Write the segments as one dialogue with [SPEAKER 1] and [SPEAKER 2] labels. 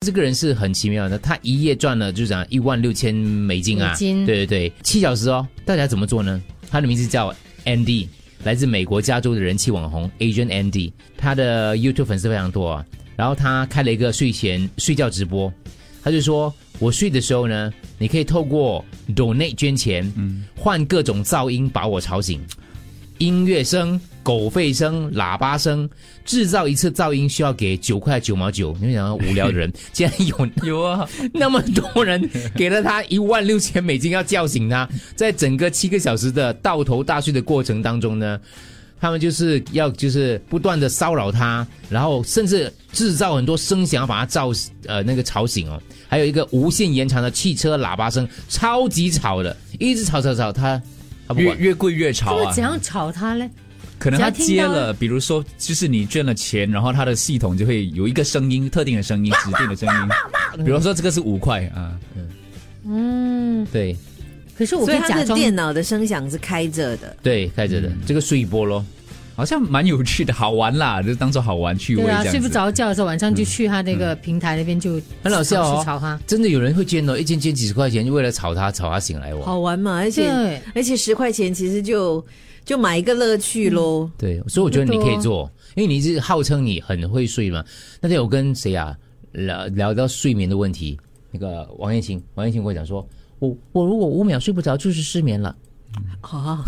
[SPEAKER 1] 这个人是很奇妙的，他一夜赚了就讲一万六千美金啊，
[SPEAKER 2] 美金
[SPEAKER 1] 对对对，七小时哦。到底要怎么做呢？他的名字叫 Andy，来自美国加州的人气网红 Asian Andy，他的 YouTube 粉丝非常多啊。然后他开了一个睡前睡觉直播，他就说：“我睡的时候呢，你可以透过 donate 捐钱，换各种噪音把我吵醒，音乐声、狗吠声、喇叭声，制造一次噪音需要给九块九毛九。你会想到无聊的人，竟然有
[SPEAKER 3] 有啊，
[SPEAKER 1] 那么多人给了他一万六千美金，要叫醒他。在整个七个小时的倒头大睡的过程当中呢，他们就是要就是不断的骚扰他，然后甚至制造很多声响，要把他照呃那个吵醒哦。还有一个无限延长的汽车喇叭声，超级吵的，一直吵吵吵，他他不
[SPEAKER 3] 越
[SPEAKER 1] 管。
[SPEAKER 3] 越贵越
[SPEAKER 2] 这
[SPEAKER 3] 吵
[SPEAKER 2] 么
[SPEAKER 3] 啊
[SPEAKER 2] 怎。样吵他呢？
[SPEAKER 3] 可能他
[SPEAKER 2] 只
[SPEAKER 3] 接
[SPEAKER 2] 要听到
[SPEAKER 3] 了，比如说，就是你捐了钱，然后他的系统就会有一个声音，特定的声音，指定的声音。 比如说这个是五块啊，
[SPEAKER 2] 嗯，
[SPEAKER 1] 对
[SPEAKER 2] 可是我
[SPEAKER 4] 所
[SPEAKER 2] 可
[SPEAKER 4] 以
[SPEAKER 2] 以
[SPEAKER 4] 他
[SPEAKER 2] 假
[SPEAKER 4] 的
[SPEAKER 2] 装
[SPEAKER 4] 电脑的声响是开着的。
[SPEAKER 1] 对，开着的、这个睡波咯。
[SPEAKER 3] 好像蛮有趣的，好玩啦，就当做好玩趣味
[SPEAKER 2] 对
[SPEAKER 3] 这样
[SPEAKER 2] 啊，
[SPEAKER 3] 子。
[SPEAKER 2] 睡不着觉的时候晚上就去他那个平台那边就
[SPEAKER 1] 很好笑哦
[SPEAKER 2] 去吵他。
[SPEAKER 1] 真的有人会捐哦，一捐捐几十块钱，就为了吵他，吵他醒来哦。
[SPEAKER 4] 好玩嘛，而
[SPEAKER 2] 对
[SPEAKER 4] 且而且十块钱其实就就买一个乐趣喽。
[SPEAKER 2] 嗯
[SPEAKER 1] 对，所以我觉得你可以做，因为你是号称你很会睡嘛。那天我跟谁啊聊聊到睡眠的问题，那个王彦琴，王彦琴跟我讲说，我我如果五秒睡不着就是失眠了。
[SPEAKER 4] 哦，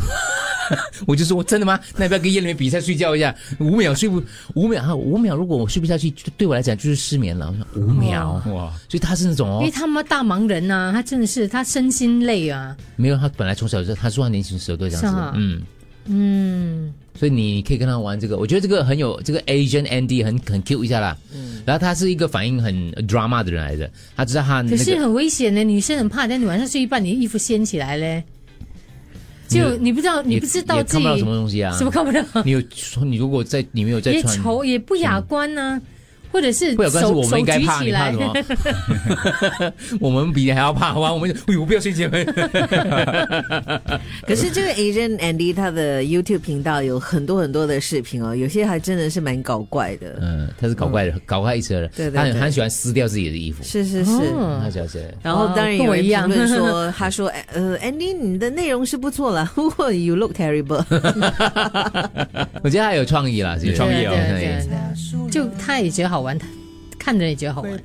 [SPEAKER 1] 我就说真的吗？那要不要跟夜里面比赛睡觉一下？五秒睡不五秒啊？五秒如果我睡不下去，就对我来讲就是失眠了。我说五秒，
[SPEAKER 3] 哇，
[SPEAKER 1] 所以他是那种
[SPEAKER 2] 因为
[SPEAKER 1] 哦，
[SPEAKER 2] 他们大忙人呐、啊，他真的是他身心累啊，
[SPEAKER 1] 没有他本来从小就他说他年轻时候都这样
[SPEAKER 2] 是
[SPEAKER 1] 子
[SPEAKER 2] 啊，
[SPEAKER 1] 嗯。
[SPEAKER 2] 嗯，
[SPEAKER 1] 所以你可以跟他玩这个，我觉得这个很有这个 Asian Andy 很很 Q 一下啦。
[SPEAKER 2] 嗯
[SPEAKER 1] 然后他是一个反应很 drama 的人来的，他知道他那
[SPEAKER 2] 可是
[SPEAKER 1] 个
[SPEAKER 2] 很危险的，女生很怕，但你晚上睡一半，你衣服掀起来嘞，就你不知道，你
[SPEAKER 1] 也
[SPEAKER 2] 不知道
[SPEAKER 1] 也
[SPEAKER 2] 自
[SPEAKER 1] 看
[SPEAKER 2] 己
[SPEAKER 1] 不到什么东西啊
[SPEAKER 2] 什。么看不到，
[SPEAKER 1] 你有你如果在你没有在
[SPEAKER 2] 也
[SPEAKER 1] 穿，
[SPEAKER 2] 丑也不雅观呐、或者是
[SPEAKER 1] 不有关系，
[SPEAKER 2] 手
[SPEAKER 1] 我们应该
[SPEAKER 2] 手
[SPEAKER 1] 怕
[SPEAKER 2] 举
[SPEAKER 1] 你
[SPEAKER 2] 起
[SPEAKER 1] 怕
[SPEAKER 2] 来
[SPEAKER 1] 什，么？ 我们比你还要怕哇！我们哎呦，我不要睡觉。
[SPEAKER 4] 可是这个 Asian Andy 他的 YouTube 频道有很多很多的视频哦，有些还真的是蛮搞怪的。
[SPEAKER 1] 嗯，他是搞怪的，搞怪一车的，
[SPEAKER 4] 对对
[SPEAKER 1] 他很
[SPEAKER 4] 对
[SPEAKER 1] 他很喜欢撕掉自己的衣服，
[SPEAKER 4] 是是是。
[SPEAKER 2] 哦啊
[SPEAKER 1] 他喜欢谁？
[SPEAKER 4] 然后当然
[SPEAKER 2] 跟
[SPEAKER 4] 有
[SPEAKER 2] 我
[SPEAKER 4] 人
[SPEAKER 2] 一样
[SPEAKER 4] 评 论说，他说：“哎呃，Andy，你的内容是不错啦， 不过 you look terrible。
[SPEAKER 1] 我觉得他有创意啦，是不是
[SPEAKER 3] 有创意
[SPEAKER 2] 对啊
[SPEAKER 3] 哦
[SPEAKER 2] 对对对，就他也觉得好玩，他看着也觉得好玩。